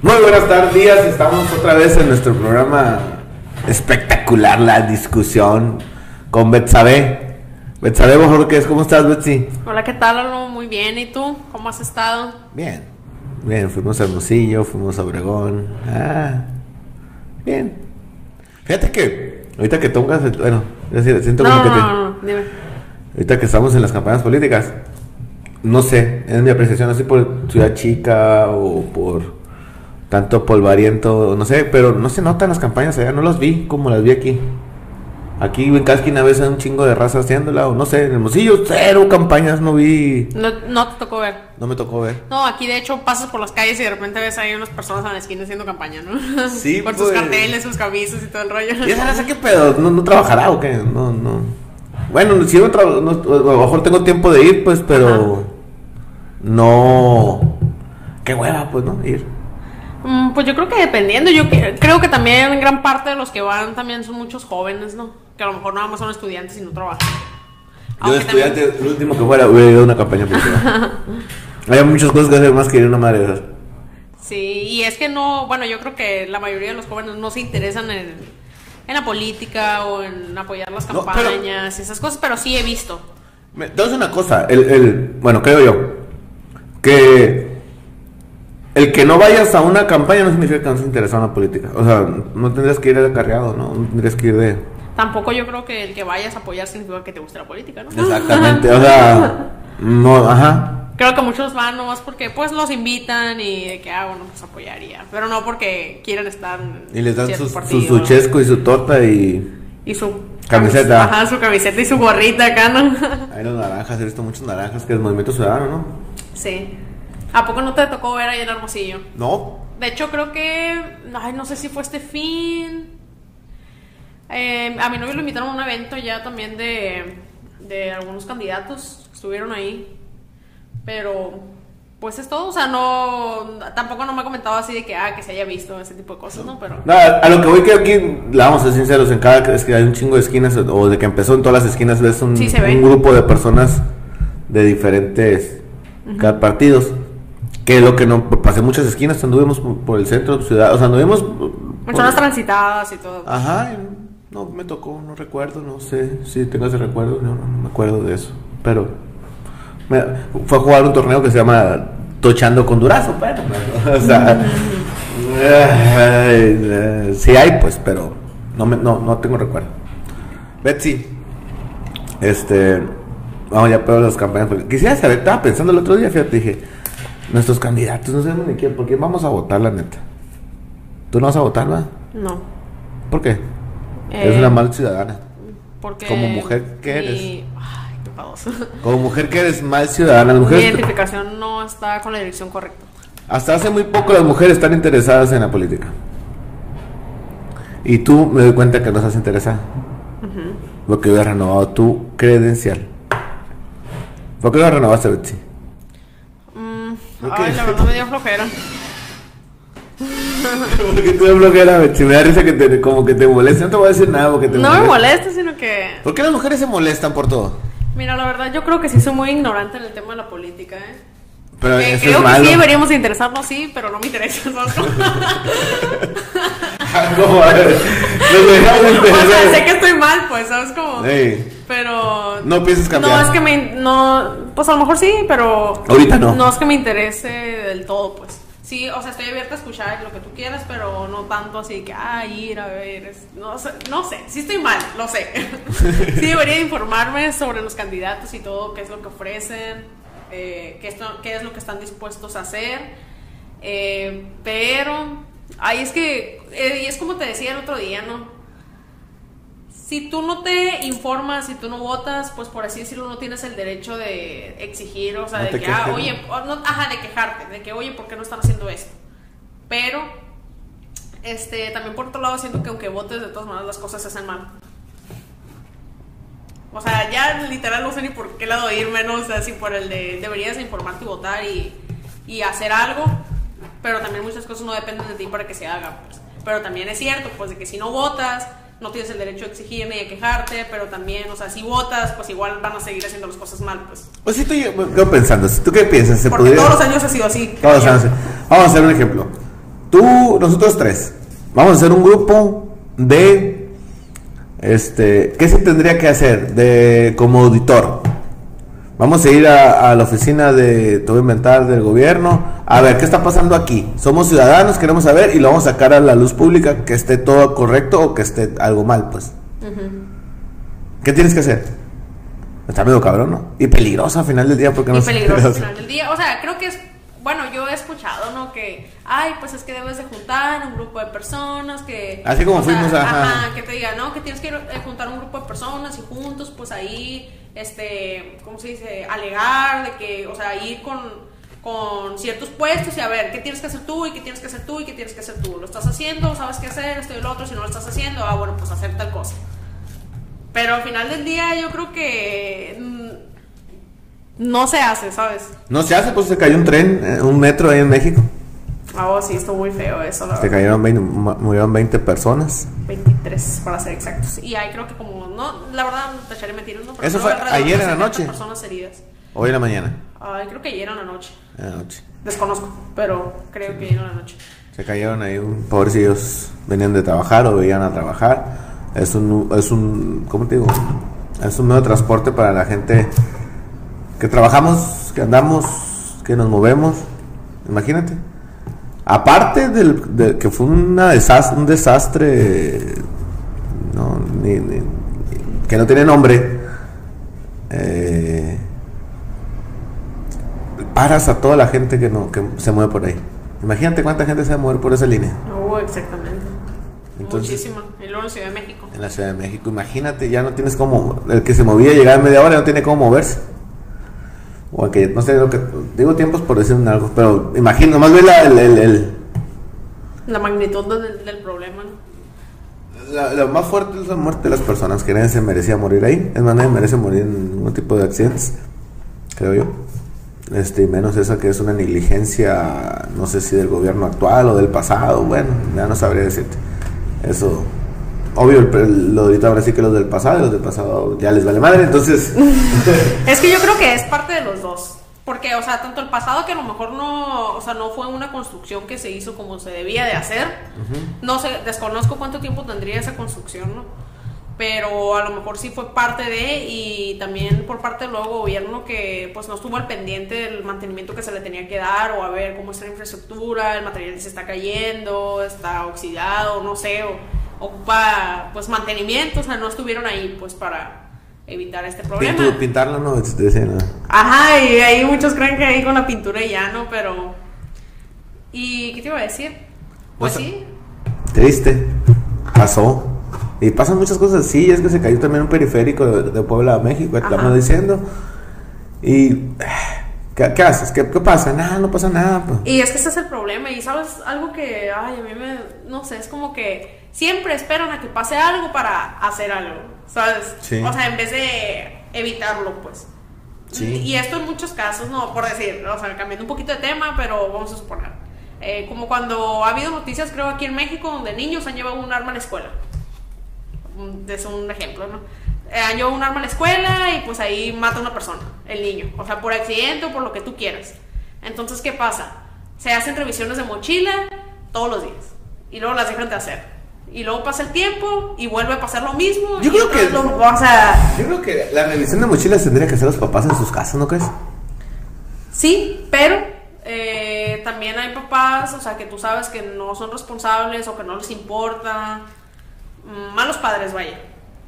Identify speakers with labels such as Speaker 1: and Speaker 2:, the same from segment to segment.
Speaker 1: Muy buenas tardes, estamos otra vez en nuestro programa espectacular, la discusión con Betsabe. Betsabe Bojorquez, ¿cómo estás, Betsy?
Speaker 2: Hola, ¿qué tal, Lalo? Muy bien, ¿y tú? ¿Cómo has estado?
Speaker 1: Bien, bien, fuimos a Hermosillo, fuimos a Obregón. Ah, bien. Fíjate que ahorita que Tongas, bueno, yo sí- siento como
Speaker 2: No,
Speaker 1: que
Speaker 2: no,
Speaker 1: te-
Speaker 2: no, no, dime.
Speaker 1: ahorita que estamos en las campañas políticas, no sé, es mi apreciación así por Ciudad Chica o por tanto polvariento, no sé, pero no se notan las campañas allá, no las vi como las vi aquí. Aquí en Casquina a veces hay un chingo de raza haciéndola, o no sé, en Hermosillo cero campañas, no vi,
Speaker 2: No, no te tocó ver.
Speaker 1: no me tocó ver.
Speaker 2: No, aquí de hecho pasas por las calles y de repente ves ahí unas personas en la esquina haciendo campaña, ¿no?
Speaker 1: Sí,
Speaker 2: Con sus
Speaker 1: pues.
Speaker 2: carteles, sus camisas y todo el rollo.
Speaker 1: ¿Y esa raza qué pedo? ¿No, no trabajará o qué? No, no. Bueno, si yo no, tra- no- a lo mejor tengo tiempo de ir, pues, pero
Speaker 2: Ajá.
Speaker 1: no. Qué hueva, pues, ¿no? Ir.
Speaker 2: Mm, Pues yo creo que dependiendo, yo que- creo que también gran parte de los que van también son muchos jóvenes, ¿no? Que a lo mejor nada más son estudiantes y no trabajan.
Speaker 1: Yo de
Speaker 2: Aunque
Speaker 1: estudiante,
Speaker 2: también-
Speaker 1: el último que fuera, hubiera ido a una campaña política. Había muchas cosas que hacer más que ir a una madre de esas.
Speaker 2: Sí, y es que no, bueno, yo creo que la mayoría de los jóvenes no se interesan en, en la política o en apoyar las
Speaker 1: No, pero-
Speaker 2: campañas y esas cosas, pero sí he visto.
Speaker 1: Me- te voy a decir una cosa, el, el- bueno, creo yo, que el que no vayas a una campaña no significa que no estés interesado en la política. O sea, no tendrías que ir de cargado, ¿no? No tendrías que ir de...
Speaker 2: Tampoco yo creo que el que vayas a apoyar significa que te guste la política, ¿no?
Speaker 1: Exactamente, o sea, no, ajá.
Speaker 2: Creo que muchos van nomás porque pues los invitan y de que, ah, bueno, pues apoyaría. Pero no porque quieren estar en
Speaker 1: Y les dan
Speaker 2: cierto
Speaker 1: su, su,
Speaker 2: partido,
Speaker 1: su
Speaker 2: ¿no?
Speaker 1: chesco y su torta y...
Speaker 2: Y su
Speaker 1: Camiseta.
Speaker 2: Ajá, su camiseta y su gorrita acá, ¿no?
Speaker 1: Hay los naranjas, he visto muchos naranjas que es Movimiento Ciudadano, ¿no?
Speaker 2: sí. ¿A poco no te tocó ver ahí en Hermosillo?
Speaker 1: No,
Speaker 2: De hecho, creo que. Ay, no sé si fue este fin. Eh, a mi novio lo invitaron a un evento ya también de, de algunos candidatos que estuvieron ahí. Pero. Pues es todo. O sea, no. Tampoco no me ha comentado así de que, ah, que se haya visto ese tipo de cosas, ¿no? Pero.
Speaker 1: No, a lo que voy que aquí, la vamos a ser sinceros, en cada es que hay un chingo de esquinas, o de que empezó en todas las esquinas ves un,
Speaker 2: Sí, se ve.
Speaker 1: un grupo de personas de diferentes ca- partidos. Que lo que no, pasé muchas esquinas, anduvimos por, por el centro, ciudad, o sea, anduvimos... por-
Speaker 2: En zonas transitadas y todo.
Speaker 1: Ajá, y no me tocó, no recuerdo, no sé si tengo ese recuerdo, no, no me acuerdo de eso. Pero me- fue a jugar un torneo que se llama Tochando con Durazo, pero, o sea, ay, eh, sí hay, pues, pero no, me, no, no tengo recuerdo. Betsy, este, vamos ya pero las campañas. porque Quisiera saber, estaba pensando el otro día, fíjate, dije, nuestros candidatos, no sabemos ni quién, porque vamos a votar, la neta. ¿Tú no vas a votar, va?
Speaker 2: No.
Speaker 1: ¿Por qué?
Speaker 2: Eh,
Speaker 1: Eres una mala ciudadana.
Speaker 2: Porque.
Speaker 1: como mujer que eres.
Speaker 2: mi- Ay, qué pavoso.
Speaker 1: Como mujer que eres mal ciudadana, las
Speaker 2: Mi
Speaker 1: mujeres-
Speaker 2: identificación no está con la dirección correcta.
Speaker 1: hasta hace muy poco las mujeres están interesadas en la política. Y tú me doy cuenta que no estás interesada. Porque hubieras renovado tu credencial. ¿Por qué no renovaste, Betsy?
Speaker 2: Mm,
Speaker 1: Ok.
Speaker 2: Ay, la verdad me dio flojera.
Speaker 1: Porque tú me bloqueas, Betsy. Me da risa que te, como que te molesta. No te voy a decir nada porque te
Speaker 2: No me molesta, sino que.
Speaker 1: ¿Por qué las mujeres se molestan por todo?
Speaker 2: Mira, la verdad, yo creo que sí soy muy ignorante en el tema de la política, ¿eh?
Speaker 1: Pero
Speaker 2: Que
Speaker 1: eso
Speaker 2: creo
Speaker 1: es
Speaker 2: que
Speaker 1: malo.
Speaker 2: sí deberíamos de interesarnos, sí, pero no me interesa. ¿sabes?
Speaker 1: ¿Cómo? Nos dejamos
Speaker 2: o sea,
Speaker 1: interesar.
Speaker 2: sé que estoy mal, pues, ¿sabes cómo?
Speaker 1: Ey.
Speaker 2: Pero.
Speaker 1: No pienses cambiar.
Speaker 2: No, es que me. No, pues a lo mejor sí, pero.
Speaker 1: Ahorita no.
Speaker 2: No es que me interese del todo, pues. Sí, o sea, estoy abierta a escuchar lo que tú quieras, pero no tanto así que, ah, ir a ver. es- no, sé, no sé, sí estoy mal, lo sé. sí debería informarme sobre los candidatos y todo, qué es lo que ofrecen, eh, qué, esto- qué es lo que están dispuestos a hacer. Eh, pero, ahí es que, eh, y es como te decía el otro día, ¿no? Si tú no te informas, si tú no votas, pues por así decirlo, no tienes el derecho de exigir, o sea,
Speaker 1: No
Speaker 2: de
Speaker 1: te
Speaker 2: que,
Speaker 1: quejes,
Speaker 2: ah,
Speaker 1: ¿no?
Speaker 2: oye, o no- ajá, de quejarte, de que, oye, ¿por qué no están haciendo esto? Pero, este, también por otro lado, siento que aunque votes, de todas maneras las cosas se hacen mal. O sea, ya literal no sé ni por qué lado irme, ¿no? O sea, si por el de deberías informarte y votar y, y hacer algo, pero también muchas cosas no dependen de ti para que se hagan. pues. Pero también es cierto, pues, de que si no votas, no tienes el derecho a exigir ni a quejarte, pero también, o sea, si votas, pues igual van a seguir haciendo las cosas mal, pues.
Speaker 1: Pues sí, estoy yo pensando. ¿Tú qué piensas? ¿Se
Speaker 2: Porque
Speaker 1: podría-
Speaker 2: todos los años ha sido así.
Speaker 1: Todos los años. Vamos a hacer un ejemplo. Tú, nosotros tres. Vamos a hacer un grupo de. Este. ¿Qué se tendría que hacer? De, como auditor. Vamos a ir a, a la oficina de. Te voy a inventar del gobierno. A ver, ¿qué está pasando aquí? Somos ciudadanos, queremos saber y lo vamos a sacar a la luz pública. Que esté todo correcto o que esté algo mal, pues. ¿Qué tienes que hacer? Está medio cabrón, ¿no? Y peligroso al final del día porque
Speaker 2: Y
Speaker 1: no sé-
Speaker 2: peligroso al final del día. O sea, creo que es. Bueno, yo he escuchado, ¿no? Que, ay, pues es que debes de juntar un grupo de personas que...
Speaker 1: Así como
Speaker 2: o sea,
Speaker 1: fuimos, ajá.
Speaker 2: que te digan, ¿no? Que tienes que eh, juntar un grupo de personas y juntos, pues ahí, este, ¿cómo se dice? Alegar de que, o sea, ir con, con ciertos puestos y a ver, ¿qué tienes que hacer tú? ¿Y qué tienes que hacer tú? ¿Y qué tienes que hacer tú? ¿Lo estás haciendo? ¿Sabes qué hacer? Esto y lo otro. Si no lo estás haciendo, ah, bueno, pues hacer tal cosa. Pero al final del día yo creo que mm, no se hace, ¿sabes?
Speaker 1: No se hace, pues se cayó un tren, eh, un metro ahí en México.
Speaker 2: Ah, oh, sí, estuvo muy feo eso, la
Speaker 1: Se
Speaker 2: verdad.
Speaker 1: cayeron 20, mu- murieron 20 personas.
Speaker 2: 23 para ser exactos. Y ahí creo que como no, la verdad te echaré mentiras, no, pero
Speaker 1: Eso
Speaker 2: creo
Speaker 1: fue
Speaker 2: alrededor de
Speaker 1: ayer en la
Speaker 2: 70
Speaker 1: noche.
Speaker 2: personas heridas.
Speaker 1: Hoy en la mañana.
Speaker 2: Ay, creo que ayer en la noche.
Speaker 1: En la noche.
Speaker 2: Desconozco, pero creo que ayer en la noche.
Speaker 1: Se cayeron ahí, un, pobrecillos venían de trabajar o venían a trabajar. Es un, es un, ¿cómo te digo? Es un nuevo transporte para la gente que trabajamos, que andamos, que nos movemos. Imagínate. Aparte del, de que fue una desas- un desastre, no, ni- ni- que no tiene nombre, eh, paras a toda la gente que, no, que se mueve por ahí. Imagínate cuánta gente se va a mover por esa línea.
Speaker 2: No, exactamente.
Speaker 1: Entonces,
Speaker 2: Muchísimo. Y luego en Ciudad de México.
Speaker 1: en la Ciudad de México, imagínate, ya no tienes cómo, el que se movía llegaba en media hora, ya no tiene cómo moverse. O el que, no sé, lo que, digo tiempos por decir algo, pero imagino, más bien la, el- el- el,
Speaker 2: La magnitud del, del problema. ¿no?
Speaker 1: La- lo más fuerte es la muerte de las personas, que nadie se merecía morir ahí. Es más, nadie merece morir en ningún tipo de accidentes, creo yo. Este, y menos esa que es una negligencia, no sé si del gobierno actual o del pasado, bueno, ya no sabría decirte. Eso, obvio, el- el- lo de ahorita ahora sí que los del pasado, y los del pasado ya les vale madre, entonces...
Speaker 2: Es que yo creo que es parte de los dos. Porque, o sea, tanto el pasado que a lo mejor no, o sea, no fue una construcción que se hizo como se debía de hacer. No sé, desconozco cuánto tiempo tendría esa construcción, ¿no? Pero a lo mejor sí fue parte de y también por parte del nuevo gobierno que pues no estuvo al pendiente del mantenimiento que se le tenía que dar o a ver cómo está la infraestructura, el material se está cayendo, está oxidado, no sé, o ocupa pues mantenimiento, o sea, no estuvieron ahí pues para evitar este problema.
Speaker 1: pintu- pintarlo no, es- decían, ah,
Speaker 2: Ajá, y ahí muchos creen que ahí con la pintura y ya, ¿no? Pero... ¿Y qué te iba a decir? Pues
Speaker 1: O sea-
Speaker 2: sí.
Speaker 1: triste, pasó. Y pasan muchas cosas así, es que se cayó también un periférico de, de Puebla a México,
Speaker 2: Ajá.
Speaker 1: estamos diciendo. Y, ¿qué, qué haces? ¿Qué, qué pasa? Nada, no pasa nada. pues.
Speaker 2: Y es que ese es el problema. Y sabes, algo que, ay, a mí me, no sé, es como que siempre esperan a que pase algo para hacer algo, ¿sabes?
Speaker 1: Sí.
Speaker 2: O sea, en vez de evitarlo, pues.
Speaker 1: Sí.
Speaker 2: Y esto en muchos casos, no, por decir, o sea, cambiando un poquito de tema, pero vamos a suponer. eh, como cuando ha habido noticias, creo, aquí en México, donde niños han llevado un arma a la escuela. Un- Es un ejemplo, ¿no? Eh, han llevado un arma a la escuela y pues ahí mata a una persona, el niño. O sea, por accidente o por lo que tú quieras. Entonces, ¿qué pasa? Se hacen revisiones de mochila todos los días. Y luego las dejan de hacer. Y luego pasa el tiempo y vuelve a pasar lo mismo.
Speaker 1: Yo
Speaker 2: y
Speaker 1: creo
Speaker 2: otra
Speaker 1: que-
Speaker 2: vez lo- o sea,
Speaker 1: Yo creo que la revisión de mochilas tendría que hacer los papás en sus casas, ¿no crees?
Speaker 2: Sí, pero eh, también hay papás, o sea, que tú sabes que no son responsables o que no les importa. Mm, Malos padres, vaya.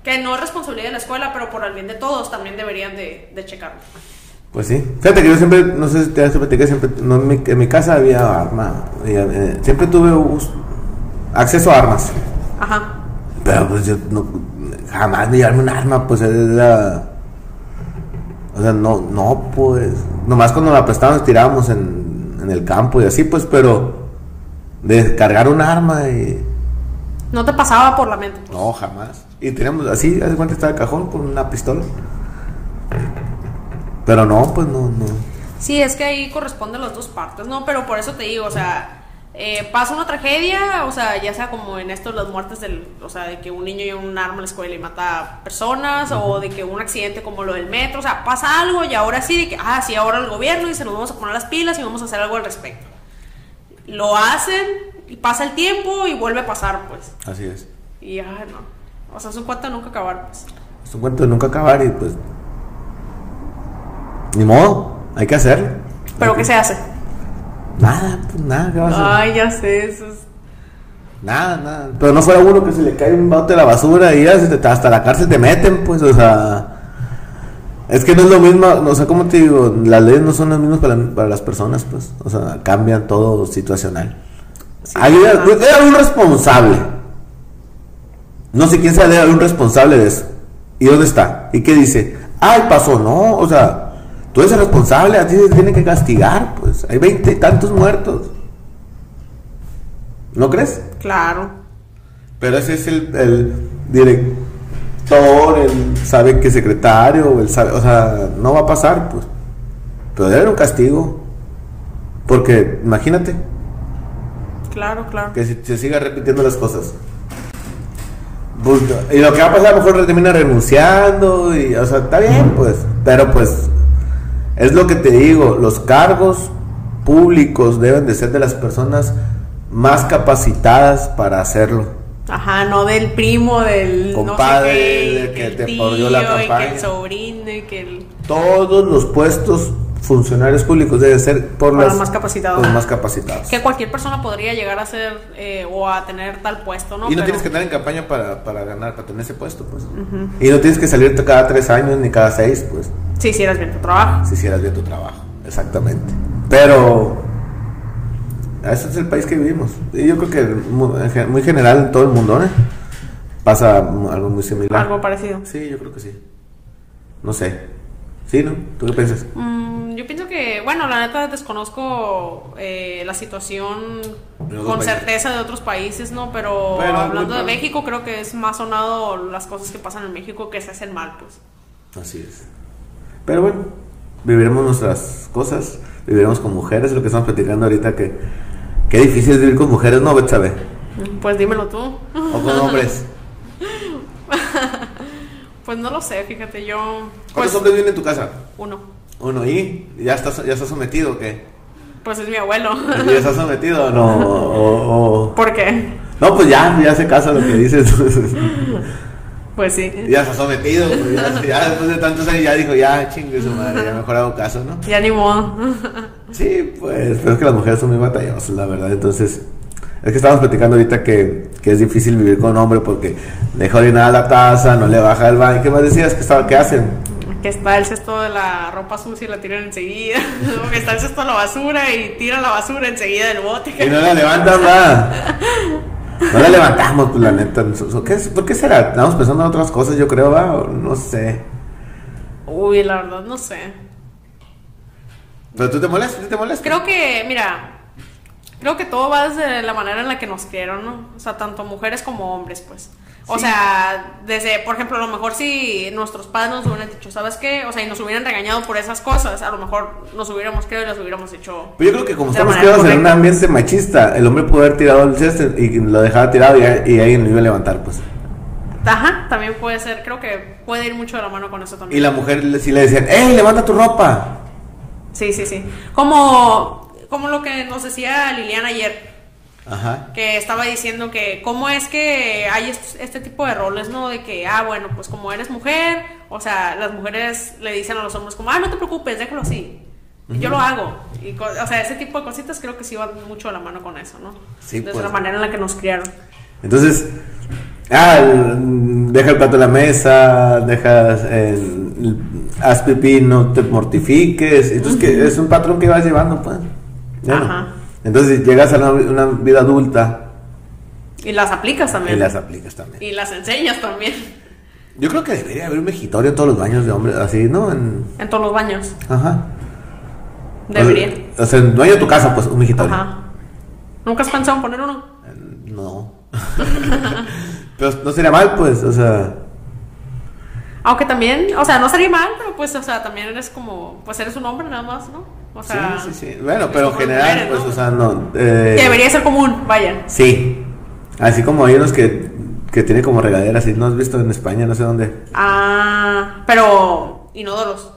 Speaker 2: Que no es responsabilidad de la escuela, pero por el bien de todos también deberían de, de checarlo.
Speaker 1: Pues sí. Fíjate que yo siempre, no sé si te has platicado, siempre, no, en, mi, en mi casa había arma. y, eh, siempre tuve us- acceso a armas.
Speaker 2: Ajá.
Speaker 1: Pero pues yo no, jamás me llevarme un arma, pues es la. O sea, no, no, pues. Nomás cuando la prestábamos tirábamos en, en el campo y así, pues, pero. Descargar un arma y.
Speaker 2: No te pasaba por la mente. pues.
Speaker 1: No, jamás. Y teníamos así, hace cuánto estaba el cajón con una pistola. Pero no, pues no, no.
Speaker 2: Sí, es que ahí corresponden las dos partes, ¿no? Pero por eso te digo, o sea, eh, pasa una tragedia, o sea, ya sea como en esto las muertes del, o sea, de que un niño lleva un arma a la escuela y mata personas, o de que un accidente como lo del metro, o sea, pasa algo y ahora sí, de que, ah, sí, ahora el gobierno dice, nos vamos a poner las pilas y vamos a hacer algo al respecto. Lo hacen y pasa el tiempo y vuelve a pasar, pues.
Speaker 1: Así es.
Speaker 2: Y ya, no. O sea, es un cuento de nunca acabar, pues.
Speaker 1: Es un cuento de nunca acabar y pues. Ni modo, hay que hacerlo.
Speaker 2: Pero
Speaker 1: Hay
Speaker 2: ¿qué se hace?
Speaker 1: Nada, pues nada, ¿qué vas a hacer?
Speaker 2: Ay, ya sé, eso es...
Speaker 1: Nada, nada. Pero no fuera uno que se le cae un bote de la basura y ya se te- hasta la cárcel te meten, pues, o sea. Es que no es lo mismo, o sea, como te digo, las leyes no son las mismas para, para las personas, pues, o sea, cambian todo situacional.
Speaker 2: sí,
Speaker 1: Había,
Speaker 2: ¿verdad?
Speaker 1: era un responsable. No sé quién sea, era un responsable de eso. ¿Y dónde está? ¿Y qué dice? Ay, pasó, no, o sea, tú eres el responsable, a ti te tienen que castigar, pues, hay veinte y tantos muertos. ¿No crees?
Speaker 2: Claro.
Speaker 1: Pero ese es el, el director, el sabe que secretario, el sabe, o sea, no va a pasar, pues. Pero debe haber un castigo. Porque, imagínate,
Speaker 2: Claro, claro.
Speaker 1: que se, se siga repitiendo las cosas. Pues, y lo que va a pasar, a lo mejor termina renunciando, y, o sea, está bien, pues. Pero pues, es lo que te digo, los cargos públicos deben de ser de las personas más capacitadas para hacerlo.
Speaker 2: Ajá, no del primo, del no sé
Speaker 1: Compadre,
Speaker 2: qué, y
Speaker 1: del que
Speaker 2: el
Speaker 1: te
Speaker 2: tío,
Speaker 1: mordió la
Speaker 2: y
Speaker 1: campaña.
Speaker 2: que el sobrino y que el...
Speaker 1: Todos los puestos funcionarios públicos deben ser por,
Speaker 2: Por
Speaker 1: las-
Speaker 2: los más capacitados.
Speaker 1: los más capacitados.
Speaker 2: Que cualquier persona podría llegar a ser eh, o a tener tal puesto, ¿no?
Speaker 1: y no
Speaker 2: Pero-
Speaker 1: tienes que andar en campaña para, para ganar, para tener ese puesto, pues. Y no tienes que salir cada tres años ni cada seis, pues.
Speaker 2: Si hicieras bien tu trabajo.
Speaker 1: si hicieras bien tu trabajo. Exactamente. Pero ese es el país que vivimos. Y yo creo que mu- en gen- muy general en todo el mundo, ¿eh? Pasa mu- algo muy similar.
Speaker 2: Algo parecido.
Speaker 1: Sí, yo creo que sí. No sé. ¿Sí, no? ¿Tú qué piensas?
Speaker 2: Mm, yo pienso que, bueno, la neta desconozco eh, la situación
Speaker 1: De otros
Speaker 2: con
Speaker 1: países.
Speaker 2: certeza de otros países, ¿no? Pero
Speaker 1: Pero,
Speaker 2: hablando
Speaker 1: muy
Speaker 2: de
Speaker 1: padre.
Speaker 2: México, creo que es más sonado las cosas que pasan en México que se hacen mal, pues.
Speaker 1: Así es. Pero bueno, viviremos nuestras cosas, viviremos con mujeres, lo que estamos platicando ahorita que qué difícil es vivir con mujeres, no, Betsabe,
Speaker 2: Pues dímelo tú.
Speaker 1: o con hombres.
Speaker 2: Pues no lo sé, fíjate, yo...
Speaker 1: ¿Cuántos
Speaker 2: Pues
Speaker 1: hombres viven en tu casa?
Speaker 2: uno.
Speaker 1: Uno y ya estás ya estás sometido, ¿o ¿qué?
Speaker 2: Pues es mi abuelo.
Speaker 1: ¿Ya estás sometido o no? O- o-
Speaker 2: ¿Por qué?
Speaker 1: No, pues ya, ya se casa lo que dices.
Speaker 2: Pues sí.
Speaker 1: ya estás sometido, pues, ya, ya después de tantos años ya dijo, ya chingue su madre, ya mejor hago caso, ¿no?
Speaker 2: Ya ni modo.
Speaker 1: Sí, pues, pero es que las mujeres son muy batallosas, la verdad. Entonces, es que estábamos platicando ahorita que, que es difícil vivir con hombre porque deja orinar la taza, no le baja el baño. ¿Qué más decías? ¿Qué, estaba, qué hacen?
Speaker 2: Que está el cesto de la ropa sucia y la tiran enseguida. O que está el cesto de la basura y tiran la basura enseguida del bote.
Speaker 1: Y no la levantan nada. No la levantamos, pues, la neta. So- so- ¿qué es- ¿Por qué será? Estamos pensando en otras cosas, yo creo, ¿va? O No sé.
Speaker 2: Uy, la verdad, no sé.
Speaker 1: ¿Pero tú te molestas? ¿Tú te molestas?
Speaker 2: Creo que, mira, creo que todo va desde la manera en la que nos criaron, ¿no? O sea, tanto mujeres como hombres, pues. O sea, desde, por ejemplo, a lo mejor si nuestros padres nos hubieran dicho, ¿sabes qué? O sea, y nos hubieran regañado por esas cosas, a lo mejor nos hubiéramos creído y las hubiéramos hecho.
Speaker 1: Pero yo creo que como
Speaker 2: De
Speaker 1: estamos
Speaker 2: manera
Speaker 1: criados en un
Speaker 2: correcta.
Speaker 1: ambiente machista, el hombre pudo haber tirado el cesto y lo dejaba tirado y, y alguien lo iba a levantar, pues.
Speaker 2: Ajá, también puede ser, creo que puede ir mucho de la mano con eso también.
Speaker 1: Y la mujer le- sí le decían, ¡Ey, levanta tu ropa!
Speaker 2: Sí, sí, sí. Como, como lo que nos decía Liliana ayer,
Speaker 1: Ajá.
Speaker 2: que estaba diciendo que cómo es que hay est- este tipo de roles, ¿no? De que, ah, bueno, pues como eres mujer, o sea, las mujeres le dicen a los hombres como, ah, no te preocupes, déjalo así. Yo lo hago. Y co- o sea, ese tipo de cositas creo que sí van mucho de la mano con eso, ¿no?
Speaker 1: Sí,
Speaker 2: Desde
Speaker 1: pues.
Speaker 2: la manera en la que nos criaron.
Speaker 1: Entonces, ah, el- deja el plato en la mesa, deja el, el- haz pipí, no te mortifiques. Entonces, que es un patrón que vas llevando, pues. Ya no.
Speaker 2: Ajá.
Speaker 1: Entonces, llegas a una, una vida adulta
Speaker 2: Y las aplicas
Speaker 1: y
Speaker 2: también.
Speaker 1: las aplicas también.
Speaker 2: Y las enseñas también.
Speaker 1: Yo creo que debería haber un mejitorio en todos los baños de hombres, así, ¿no? En-
Speaker 2: En todos los baños.
Speaker 1: ajá. Pues,
Speaker 2: Debería.
Speaker 1: O sea, el dueño de tu casa, pues, un mejitorio.
Speaker 2: Ajá. ¿Nunca has pensado en poner uno?
Speaker 1: No. Pero no sería mal, pues, o sea.
Speaker 2: Aunque también, o sea, no sería mal, pero pues, o sea, también eres como, pues eres un hombre nada más, ¿no? O sea,
Speaker 1: sí, sí, sí. Bueno, pero en
Speaker 2: como
Speaker 1: general,
Speaker 2: mujeres,
Speaker 1: pues,
Speaker 2: ¿no?
Speaker 1: o sea, no. eh,
Speaker 2: que debería ser común, vaya.
Speaker 1: Sí. Así como hay unos que, que tiene como regaderas, y no has visto en España, no sé dónde.
Speaker 2: Ah, pero inódoros.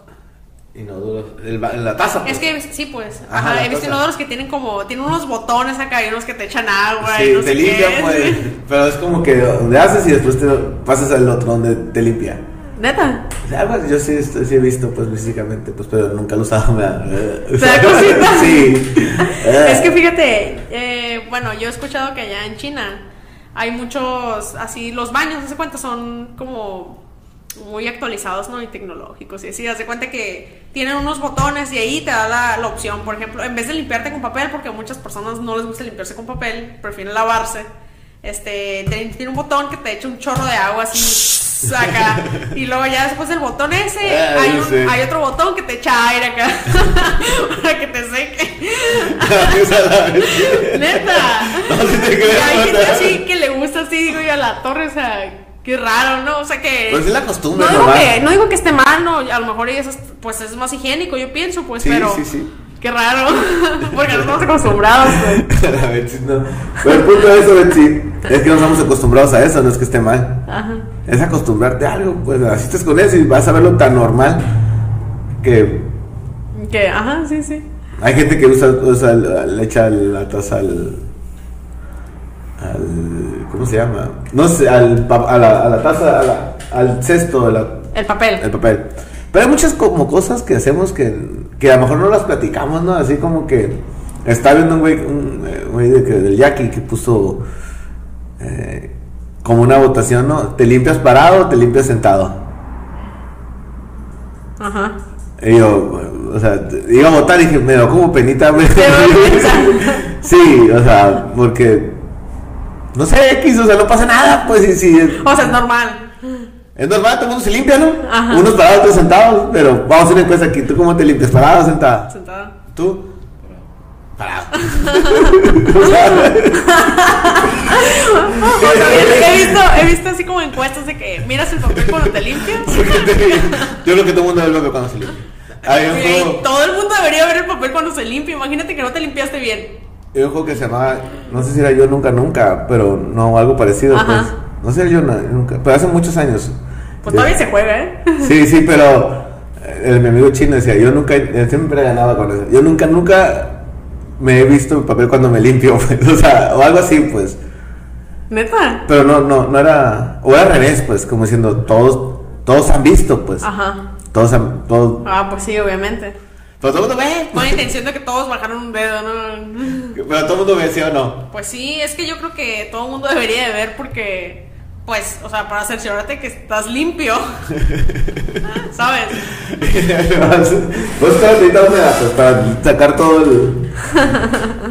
Speaker 1: Inodoro. El ba- la taza. pues.
Speaker 2: Es que sí, pues.
Speaker 1: Ajá,
Speaker 2: Ajá,
Speaker 1: la
Speaker 2: he visto
Speaker 1: taza.
Speaker 2: inodoros que tienen como. Tienen unos botones acá y unos que te echan agua
Speaker 1: Sí,
Speaker 2: y no
Speaker 1: te
Speaker 2: sé
Speaker 1: limpia,
Speaker 2: qué.
Speaker 1: pues. Pero es como que donde haces y después te pasas al otro donde te limpia.
Speaker 2: Neta.
Speaker 1: O sea, algo así, yo sí, esto- sí he visto, pues, físicamente, pues, pero nunca lo he usado. me da- eh,
Speaker 2: ¿Te da cosita?
Speaker 1: Sí.
Speaker 2: Es que fíjate, eh, bueno, yo he escuchado que allá en China hay muchos, así, los baños, no sé cuántos son como muy actualizados, ¿no? Y tecnológicos. Y así, haz de cuenta que tienen unos botones y ahí te da la, la opción, por ejemplo, en vez de limpiarte con papel, porque a muchas personas no les gusta limpiarse con papel, prefieren lavarse. Este, te- tiene un botón que te echa un chorro de agua así, saca. Y luego ya después del botón ese,
Speaker 1: Ah,
Speaker 2: hay,
Speaker 1: yo
Speaker 2: un-
Speaker 1: sé.
Speaker 2: hay otro botón que te echa aire acá. para que te seque.
Speaker 1: O sea, la verdad.
Speaker 2: Neta.
Speaker 1: No, sí te
Speaker 2: Y
Speaker 1: creo,
Speaker 2: hay gente
Speaker 1: ¿verdad?
Speaker 2: así que le gusta así, digo yo, a la torre, o sea, qué raro, ¿no? O sea que.
Speaker 1: Pues es la costumbre,
Speaker 2: no digo,
Speaker 1: nomás.
Speaker 2: que, no digo que esté mal, no, a lo mejor eso es, pues es más higiénico, yo pienso, pues,
Speaker 1: Sí,
Speaker 2: pero.
Speaker 1: sí, sí.
Speaker 2: Qué raro. Porque no estamos acostumbrados, pues.
Speaker 1: La Betsy no. Pero el punto de eso, Betsy, es que no estamos acostumbrados a eso, no es que esté mal.
Speaker 2: Ajá.
Speaker 1: Es acostumbrarte a algo, pues, así estás con eso y vas a verlo tan normal que
Speaker 2: pues, Que, ajá, sí, sí.
Speaker 1: hay gente que usa, usa- le echa la taza al... al- ¿Cómo se llama? No sé, al, pa- a, la, a la taza, a la- al cesto, a la
Speaker 2: El papel.
Speaker 1: El papel. Pero hay muchas como cosas que hacemos que, que a lo mejor no las platicamos, ¿no? Así como que está viendo un güey, un, eh, güey de que- del Jackie que puso eh, como una votación, ¿no? ¿Te limpias parado o te limpias sentado?
Speaker 2: Ajá.
Speaker 1: Y yo, o sea, iba a votar y dije, me da como penita. güey.
Speaker 2: vergüenza.
Speaker 1: sí, o sea, porque... No sé, X, o sea, no pasa nada, pues, y si...
Speaker 2: O sea, es normal.
Speaker 1: Es normal, todo el mundo se limpia, ¿no?
Speaker 2: Ajá.
Speaker 1: Unos parados, otros sentados, pero vamos a hacer una encuesta aquí. ¿Tú cómo te limpias? ¿Parado o sentada?
Speaker 2: Sentada.
Speaker 1: ¿Tú? Parado. O sea,
Speaker 2: O sea, pues, he visto, he visto así como encuestas de que miras el papel cuando te limpias.
Speaker 1: porque te- yo creo que todo el mundo ve el papel cuando se limpia. Había un
Speaker 2: Güey,
Speaker 1: juego,
Speaker 2: todo el mundo debería ver el papel cuando se limpia. Imagínate que no te limpiaste bien.
Speaker 1: había un juego que se llamaba, no sé si era yo nunca nunca, pero no, algo parecido.
Speaker 2: Ajá.
Speaker 1: Pues. No sé, yo na- nunca, pero hace muchos años.
Speaker 2: Pues todavía se juega, ¿eh?
Speaker 1: Sí, sí, pero eh, mi amigo chino decía, yo nunca, él siempre ganaba con eso. Yo nunca, nunca me he visto el papel cuando me limpio, pues, o sea, o algo así, pues.
Speaker 2: Neta.
Speaker 1: Pero no, no, no era, o era al revés, pues, como diciendo, todos, todos han visto, pues.
Speaker 2: Ajá.
Speaker 1: Todos han, todos.
Speaker 2: Ah, pues sí, obviamente.
Speaker 1: Pero todo el mundo ve.
Speaker 2: Con la intención de que todos bajaron un dedo, ¿no?
Speaker 1: Pero todo el mundo ve, ¿sí o no?
Speaker 2: Pues sí, es que yo creo que todo el mundo debería de ver porque, pues, o sea, para cerciorarte que estás limpio. ¿Sabes?
Speaker 1: Vos estás ahorita dónde vas? Pues, para sacar todo el.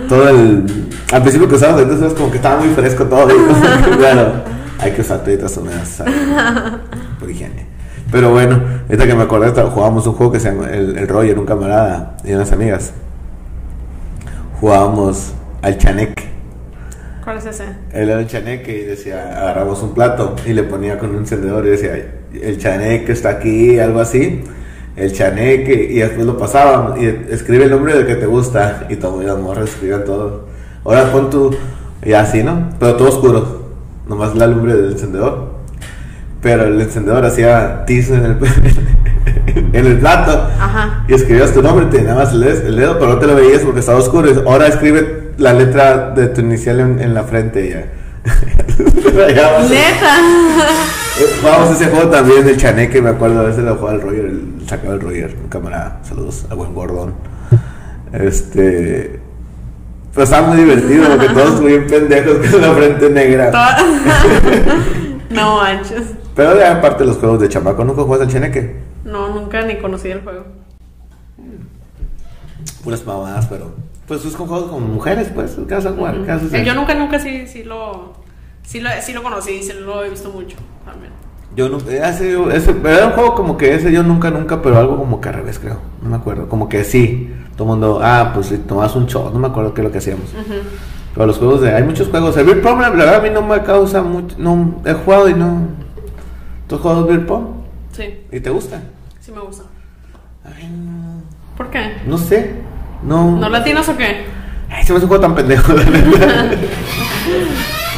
Speaker 1: Todo el. Al principio que usabas entonces como que estaba muy fresco todo. ¿no? claro, hay que usar toallitas húmedas ¿sabes? por higiene. Pero bueno, ahorita que me acordé, tra- jugábamos un juego que se llama el, el Roger, un camarada y unas amigas. Jugábamos al chaneque.
Speaker 2: ¿Cuál es ese?
Speaker 1: Él era el chaneque y decía, agarramos un plato y le ponía con un encendedor y decía, el chaneque está aquí, algo así. El chaneque, y después lo pasaban, y escribe el nombre del que te gusta, y todo, y las morras escribían todo. Ahora pon tu, y así, ¿no? Pero todo oscuro, nomás la lumbre del encendedor. Pero el encendedor hacía tizo en el, en el plato,
Speaker 2: Ajá.
Speaker 1: y escribías tu nombre, te nada más lees el dedo, pero no te lo veías porque estaba oscuro. Y Ahora escribe la letra de tu inicial en, en la frente y ya. Ya vamos, a- eh,
Speaker 2: Neta.
Speaker 1: vamos a ese juego también del chaneque, me acuerdo, a veces lo jugaba el Roger, el, sacaba el Roger, un camarada, saludos a buen gordón. Este... Pero estaba muy divertido porque todos muy pendejos con la frente negra.
Speaker 2: To- no manches.
Speaker 1: Pero de aparte los juegos de chamaco, ¿nunca jugaste al chaneque?
Speaker 2: No, nunca ni conocí el juego.
Speaker 1: Puras mamadas, pero... Pues es con juegos con mujeres, pues, ¿qué vas a jugar? ¿Qué vas a hacer?
Speaker 2: Eh, Yo nunca, nunca sí, sí lo, sí lo, sí lo conocí y sí lo he visto mucho también.
Speaker 1: Yo nunca, ese, ese- pero era un juego como que ese yo nunca, nunca, pero algo como que al revés, creo. No me acuerdo. Como que sí, todo el mundo, ah, pues sí, tomabas un shot, no me acuerdo qué es lo que hacíamos. Pero los juegos de, hay muchos juegos. El Beer Pong, la verdad, a mí no me causa mucho, no, he jugado y no. ¿Tú has jugado Beer Pong?
Speaker 2: Sí,
Speaker 1: ¿Y te gusta?
Speaker 2: sí me gusta.
Speaker 1: Ay, no,
Speaker 2: ¿Por qué?
Speaker 1: no sé, no.
Speaker 2: ¿No latinos o qué?
Speaker 1: Ay, se me hace un juego tan pendejo, la neta.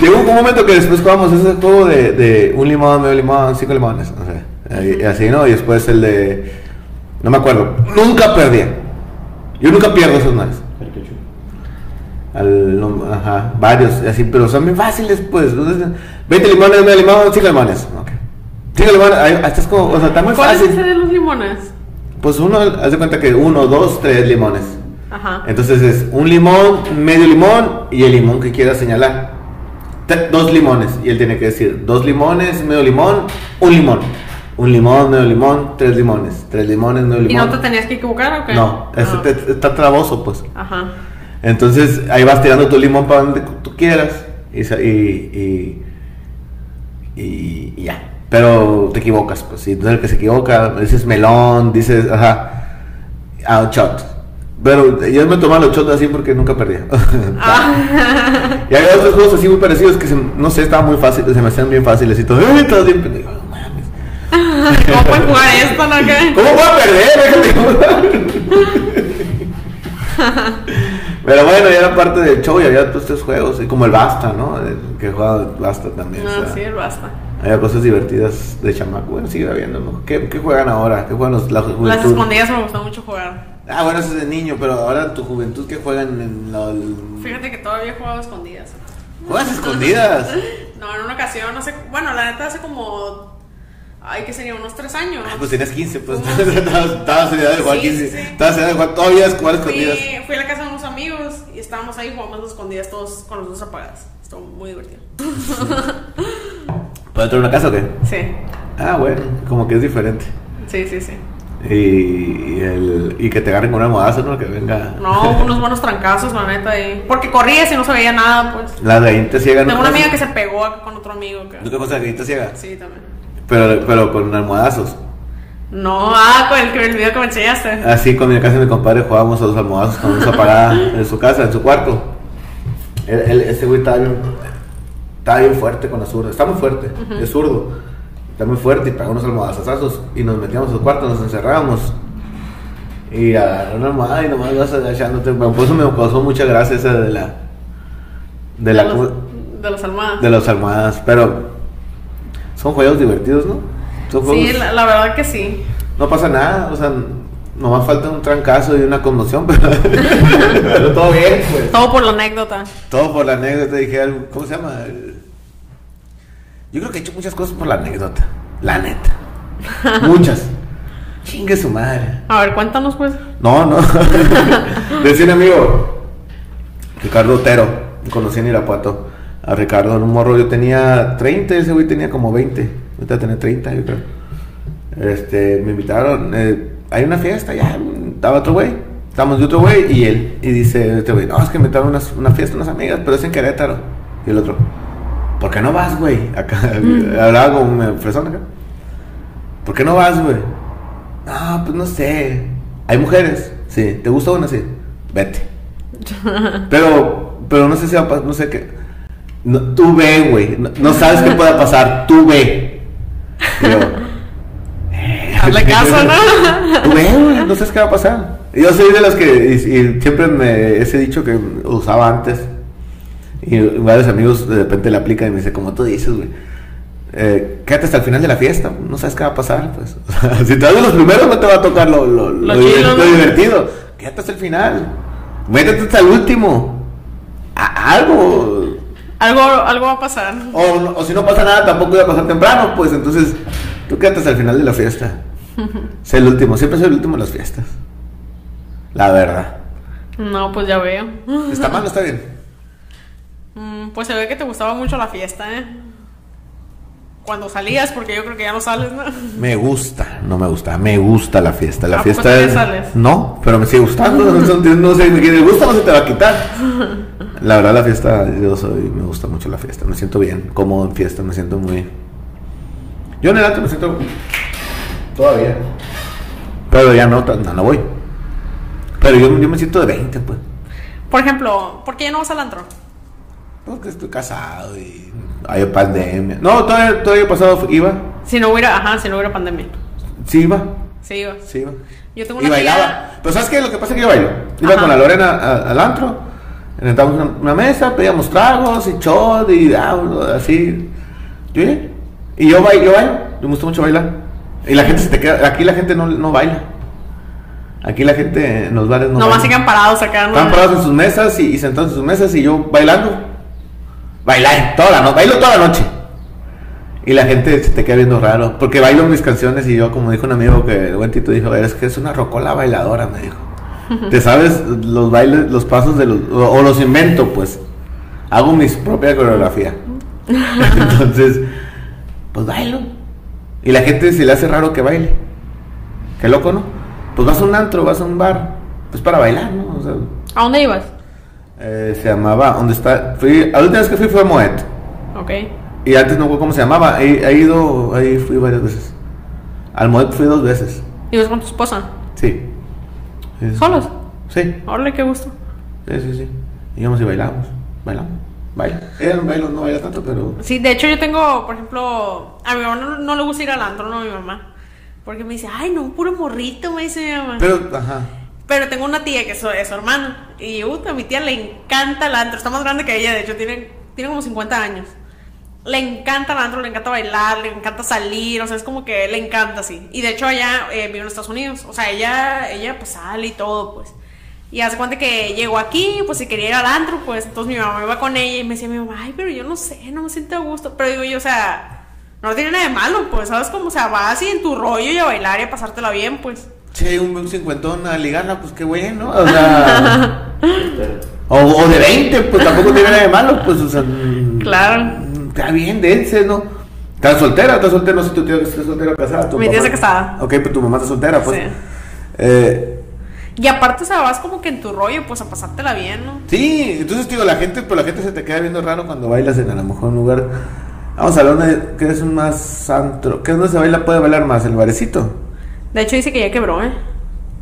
Speaker 1: Llegó un momento que después jugamos ese juego de, de un limón, medio limón, cinco limones, no sé. Ahí- Así, ¿no? Y después el de No me acuerdo. Nunca perdía. Yo nunca pierdo esos madres.
Speaker 3: El quechua.
Speaker 1: Al, no, ajá, varios, así, pero son bien fáciles, pues. 20 limones, 9 limones, 5 limones. Ok. 5 limones, ahí, estás como, o sea, está muy
Speaker 2: ¿Cuál es
Speaker 1: fácil.
Speaker 2: ese de los limones?
Speaker 1: Pues uno, haz de cuenta que uno, dos, tres limones.
Speaker 2: Ajá.
Speaker 1: Entonces es un limón, medio limón y el limón que quiera señalar. Te- Dos limones, y él tiene que decir dos limones, medio limón, un limón. Un limón, medio limón, tres limones. Tres limones, medio
Speaker 2: ¿Y
Speaker 1: limón.
Speaker 2: no te tenías que equivocar o qué?
Speaker 1: No, ese
Speaker 2: Ah.
Speaker 1: te- está traboso, pues.
Speaker 2: Ajá.
Speaker 1: Entonces ahí vas tirando tu limón para donde tú quieras y, sa- y, y- y- y ya. Pero te equivocas, pues. Y entonces el que se equivoca, dices melón, dices, ajá, a un shot. Pero yo me tomaba los shots así porque nunca perdía.
Speaker 2: Ah.
Speaker 1: y había otros juegos así muy parecidos que, se- no sé, estaban muy fáciles, se me hacían bien fáciles y todo. ¡eh, todo bien pendejo! No mames.
Speaker 2: ¿Cómo puedes jugar esto, no? ¿Qué?
Speaker 1: ¿Cómo voy a perder? Déjate jugar. Pero bueno, ya era parte del show y había todos estos juegos. Y como el Basta, ¿no? El que jugaba Basta también. o
Speaker 2: No,
Speaker 1: sea,
Speaker 2: sí, basta.
Speaker 1: Había cosas divertidas de chamaco. Bueno, sigue habiendo, ¿no? ¿Qué, qué juegan ahora? ¿Qué juegan los, la juventud?
Speaker 2: Las escondidas me gustó mucho jugar.
Speaker 1: Ah, bueno, eso es de niño, pero ahora en tu juventud, ¿qué juegan en la...
Speaker 2: Fíjate que todavía jugaba escondidas.
Speaker 1: Juegas escondidas.
Speaker 2: No, en una ocasión, no sé, bueno, la neta hace como, ay, que sería unos tres años.
Speaker 1: Ah, pues tenías 15, pues.
Speaker 2: ¿Cómo?
Speaker 1: Estabas estabas en edad de jugar
Speaker 2: Sí,
Speaker 1: 15.
Speaker 2: sí.
Speaker 1: Estabas en edad de jugar todavía es jugar escondidas.
Speaker 2: fui, fui a la casa de unos amigos y estábamos ahí jugando escondidas todos con los dos apagadas. Estuvo muy divertido.
Speaker 1: ¿Puedo entrar a una casa o qué?
Speaker 2: Sí,
Speaker 1: Ah, bueno, como que es diferente.
Speaker 2: sí, sí, sí.
Speaker 1: Y, y el, y que te agarren con una almohadazo, ¿no? Que venga.
Speaker 2: No, unos buenos trancazos, la neta, ahí. Porque corrías y no se veía nada, pues.
Speaker 1: La gallinita ciega, ¿no?
Speaker 2: Tengo una amiga que
Speaker 1: conoces?
Speaker 2: se pegó acá con otro amigo. que-
Speaker 1: ¿No te conoces la gallinita ciega?
Speaker 2: Sí, también.
Speaker 1: Pero, pero con almohadazos.
Speaker 2: No, ah, con el, que- el video que me enseñaste.
Speaker 1: Así, con mi casa y mi compadre jugábamos a los almohadazos con una parada en su casa, en su cuarto. Él- él- ese güey estaba bien, estaba bien fuerte con la zurda. Está muy fuerte, es zurdo. Está muy fuerte y pegó unos almohadazos y nos metíamos a su cuarto, nos encerrábamos. Y agarró una almohada y nomás vas agachándote. Bueno, por eso me causó mucha gracia esa de la. De la.
Speaker 2: los,
Speaker 1: cu-
Speaker 2: de los almohadas.
Speaker 1: de las almohadas, pero son juegos divertidos, ¿no? Son
Speaker 2: Sí,
Speaker 1: juegos,
Speaker 2: la, la verdad que sí.
Speaker 1: no pasa nada, o sea, nomás falta un trancazo y una conmoción, pero, pero todo bien, pues.
Speaker 2: Todo por la anécdota.
Speaker 1: Todo por la anécdota, dije algo, ¿cómo se llama? El- Yo creo que he hecho muchas cosas por la anécdota, la neta. Muchas. Chingue su madre.
Speaker 2: A ver, cuéntanos, pues.
Speaker 1: No, no. Decía un amigo, Ricardo Otero, lo conocí en Irapuato. A Ricardo en un morro, yo tenía 30, ese güey tenía como 20. Ahorita tenía 30, yo creo. Este, me invitaron, eh, hay una fiesta, ya, estaba otro güey. Estábamos de otro güey y él. Y dice este güey, no, es que me invitaron a unas- una fiesta, unas amigas, pero es en Querétaro. Y el otro, ¿por qué no vas, güey? Acá, hablaba con una persona acá. ¿Por qué no vas, güey? No, pues no sé. Hay mujeres, sí. ¿Te gusta una? Sí. Vete. Pero, pero no sé si va a pasar, no sé qué. No, tú ve, güey. No, no sabes qué pueda pasar. Tú ve. Y Yo,
Speaker 2: Hazle caso, ¿no?
Speaker 1: tú ve, güey. No sabes qué va a pasar. Y Yo soy de los que y- y siempre me ese dicho que usaba antes. Y varios amigos de repente le aplican y me dicen, como tú dices, güey. Eh, quédate hasta el final de la fiesta, no sabes qué va a pasar. Pues. si te vas de los primeros, no te va a tocar lo, lo,
Speaker 2: Lo
Speaker 1: lo diver-
Speaker 2: chido,
Speaker 1: lo
Speaker 2: ¿no?
Speaker 1: divertido. Quédate hasta el final. Métete hasta el último. A- algo.
Speaker 2: Algo, algo va a pasar.
Speaker 1: O, no- o si no pasa nada, tampoco iba a pasar temprano. Pues entonces, tú quédate hasta el final de la fiesta. Sé el último, siempre soy el último en las fiestas. La verdad.
Speaker 2: No, pues ya veo.
Speaker 1: ¿Está mal o está bien?
Speaker 2: Mm, Pues se ve que te gustaba mucho la fiesta, ¿eh? Cuando salías, porque yo creo que ya no sales, ¿no?
Speaker 1: Me gusta, no me gusta, me gusta la fiesta. La
Speaker 2: ¿A poco
Speaker 1: fiesta
Speaker 2: todavía
Speaker 1: es.
Speaker 2: sales?
Speaker 1: No, pero me sigue gustando. No, sé, no sé, me quiere- el gusto no se te va a quitar. La verdad, la fiesta, yo soy, me gusta mucho la fiesta. Me siento bien, cómodo en fiesta, me siento muy. Yo en el alto me siento. Todavía. Pero ya no, tan- no, no voy. Pero yo, yo me siento de 20, pues.
Speaker 2: Por ejemplo, ¿por qué ya no vas al antro?
Speaker 1: Porque estoy casado y. Hay pandemia. No, todavía, todavía pasado iba.
Speaker 2: Si no hubiera, ajá, si no hubiera pandemia.
Speaker 1: Sí iba.
Speaker 2: Sí, iba.
Speaker 1: Sí iba.
Speaker 2: Yo tengo
Speaker 1: Y
Speaker 2: una tía-
Speaker 1: bailaba. Pero ¿sabes qué? Lo que pasa es que yo bailo. Iba
Speaker 2: Ajá.
Speaker 1: con la Lorena a- al antro, rentábamos una, una mesa, pedíamos tragos y shot y ah, así. Yo llegué. Y yo bailo, yo bailo. Yo me gusta mucho bailar. Y la gente se te queda. Aquí la gente no, no baila. Aquí la gente en los bares no.
Speaker 2: Nomás
Speaker 1: baila.
Speaker 2: se quedan parados acá. ¿no?
Speaker 1: Están parados en sus mesas y, y sentados en sus mesas y yo bailando. Bailar toda la noche, bailo toda la noche. Y la gente se te queda viendo raro. Porque bailo mis canciones y yo, como dijo un amigo que el buen Tito dijo, es que es una rocola bailadora, me dijo. Te sabes los bailes, los pasos de los. O, o los invento, pues. Hago mis propia coreografía. Entonces, pues bailo. Y la gente se le hace raro que baile. Qué loco, ¿no? Pues vas a un antro, vas a un bar. Pues para bailar, ¿no? O sea,
Speaker 2: ¿A dónde ibas?
Speaker 1: eh, se llamaba. ¿Dónde está? Fui, la última vez que fui fue a Moet.
Speaker 2: Ok.
Speaker 1: Y antes no recuerdo cómo se llamaba. He, he ido, ahí fui varias veces. Al Moet fui dos veces.
Speaker 2: ¿Ibas con tu esposa?
Speaker 1: Sí. Sí, sí,
Speaker 2: ¿Solos?
Speaker 1: Sí, sí,
Speaker 2: Órale, qué gusto.
Speaker 1: sí. sí, sí. Íbamos y bailamos. Bailamos. Baila. Ella no baila, no baila tanto, pero.
Speaker 2: Sí, de hecho yo tengo, por ejemplo, a mi mamá no, no le gusta ir al antro, no a mi mamá. Porque me dice, ay, no, puro morrito, me dice mi mamá. Pero,
Speaker 1: Pero, ajá.
Speaker 2: tengo una tía que es su, es su hermana. Y puta, a mi tía le encanta el antro. Está más grande que ella, de hecho, tiene, tiene como 50 años. Le encanta el antro, le encanta bailar, le encanta salir, o sea, es como que le encanta así. Y de hecho ella eh, vive en Estados Unidos, o sea, ella, ella pues sale y todo, pues. Y hace cuenta que llegó aquí, pues se quería ir al antro, pues entonces mi mamá iba con ella y me decía mi mamá, ay, pero yo no sé, no me siento a gusto. Pero digo yo, o sea, no tiene nada de malo, pues, ¿sabes cómo? O sea, vas así en tu rollo y a bailar y a pasártela bien, pues.
Speaker 1: Che, un, un cincuentón a ligarla, pues qué bueno. O sea. o, o de 20, pues tampoco tiene nada de malo, pues, o sea. mm,
Speaker 2: Claro.
Speaker 1: mm, Está bien, dense, ¿no? ¿Estás soltera? ¿Estás soltera? No sé si tu tía está soltera o casada. tu
Speaker 2: Mi tía
Speaker 1: mamá-
Speaker 2: está casada.
Speaker 1: Ok, pero tu mamá está soltera, pues.
Speaker 2: Sí.
Speaker 1: Eh,
Speaker 2: Y aparte, o sea, vas como que en tu rollo, pues a pasártela bien, ¿no?
Speaker 1: Sí, entonces digo, la gente, pero la gente se te queda viendo raro cuando bailas en a lo mejor un lugar. Vamos a hablar de que es un más antro. ¿Qué es donde se baila? Puede bailar más, el barecito.
Speaker 2: De hecho dice que ya quebró, ¿eh?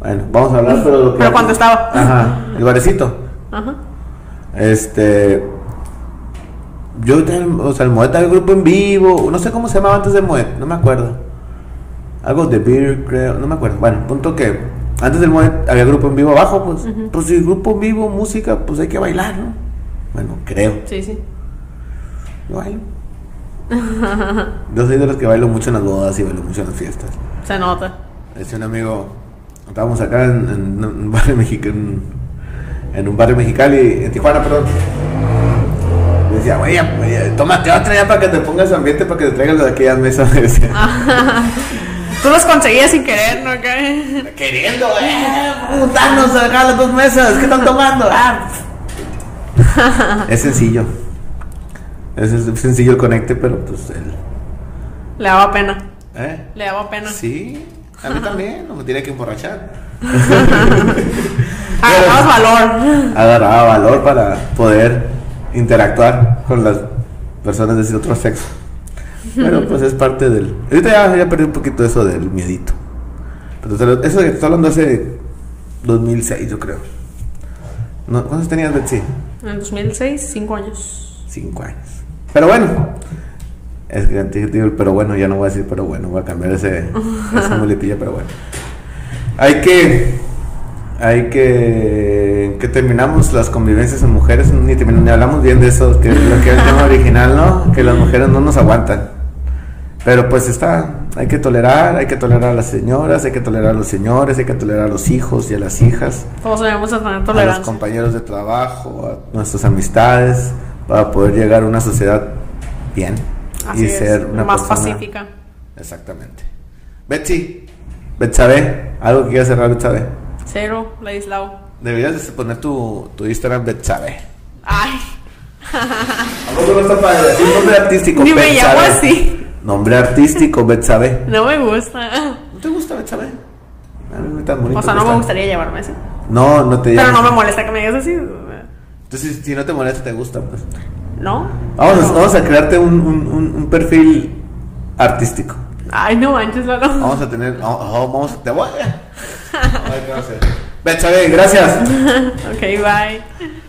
Speaker 1: Bueno, vamos a hablar, pero. lo que-
Speaker 2: Pero cuando estaba.
Speaker 1: Ajá, el barecito.
Speaker 2: Ajá.
Speaker 1: Este. Yo, ten- o sea, el Moet había un grupo en vivo. No sé cómo se llamaba antes del Moet, no me acuerdo. Algo de Beer, creo, no me acuerdo. Bueno, punto que. Antes del Moet había grupo en vivo abajo, pues. Pues si grupo en vivo, música, pues hay que bailar, ¿no? Bueno, creo.
Speaker 2: Sí, sí.
Speaker 1: Yo bailo. Yo soy de los que bailo mucho en las bodas y bailo mucho en las fiestas.
Speaker 2: Se nota.
Speaker 1: Decía un amigo, estábamos acá en, en un barrio mexicano, en un barrio mexicano en Tijuana, perdón. Y Decía, güey, ya, güey, ya, tómate otra ya para que te pongas ambiente, para que te traigan los de aquella mesa. me decía.
Speaker 2: Tú los conseguías sin querer, ¿no? ¿Qué?
Speaker 1: Queriendo, eh, juntarnos acá las dos mesas, ¿qué están tomando? Ah. es sencillo. Es, es sencillo el conecte, pero pues el...
Speaker 2: Le daba pena.
Speaker 1: ¿eh?
Speaker 2: Le daba pena.
Speaker 1: Sí, a mí también, no me tiene que emborrachar.
Speaker 2: Agarrabas valor.
Speaker 1: Agarraba valor para poder interactuar con las personas de ese otro sexo. Pero pues es parte del. Ahorita ya, ya perdí un poquito eso del miedito. Pero te lo- eso que te estoy hablando hace 2006, yo creo. No, ¿Cuántos tenías, Betsy?
Speaker 2: En 2006, 5 años.
Speaker 1: Cinco años. Pero bueno. Es que antes yo te digo, pero bueno, ya no voy a decir, pero bueno, voy a cambiar ese, esa muletilla, pero bueno. Hay que. Hay que. Que terminamos las convivencias en mujeres, ni, termin- ni hablamos bien de eso, que es lo que es el tema original, ¿no? Que las mujeres no nos aguantan. Pero pues está, hay que tolerar, hay que tolerar a las señoras, hay que tolerar a los señores, hay que tolerar a los hijos y a las hijas
Speaker 2: Todos debemos de tener
Speaker 1: a los
Speaker 2: tolerancia.
Speaker 1: compañeros de trabajo, a nuestras amistades, para poder llegar a una sociedad bien
Speaker 2: Así
Speaker 1: y
Speaker 2: es.
Speaker 1: ser una
Speaker 2: más
Speaker 1: persona-
Speaker 2: pacífica.
Speaker 1: Exactamente. Betsy, Betsabe, algo que quieras cerrar, Betsabe.
Speaker 2: Cero, Ladislao.
Speaker 1: Deberías de poner tu, tu Instagram Betsabe.
Speaker 2: Ay,
Speaker 1: ¿A poco no está padre? Es un nombre artístico,
Speaker 2: Ni me
Speaker 1: Betsabe.
Speaker 2: llamo así.
Speaker 1: Nombre artístico, Betsabe.
Speaker 2: no me gusta.
Speaker 1: ¿No te gusta Betsabe? A mí no es tan bonito
Speaker 2: O sea,
Speaker 1: que
Speaker 2: no me
Speaker 1: está.
Speaker 2: gustaría llamarme así.
Speaker 1: No, no te
Speaker 2: Pero
Speaker 1: llamas.
Speaker 2: no me molesta que me digas así.
Speaker 1: Entonces, si no te molesta, te gusta, pues.
Speaker 2: ¿No?
Speaker 1: Vamos, a-
Speaker 2: No.
Speaker 1: vamos a crearte un, un- un- un perfil artístico.
Speaker 2: Ay, no manches, Lalo.
Speaker 1: Vamos a tener. oh, oh, vamos a. Te voy a. Ay, qué va a hacer. Betsabe, gracias.
Speaker 2: Ok, bye.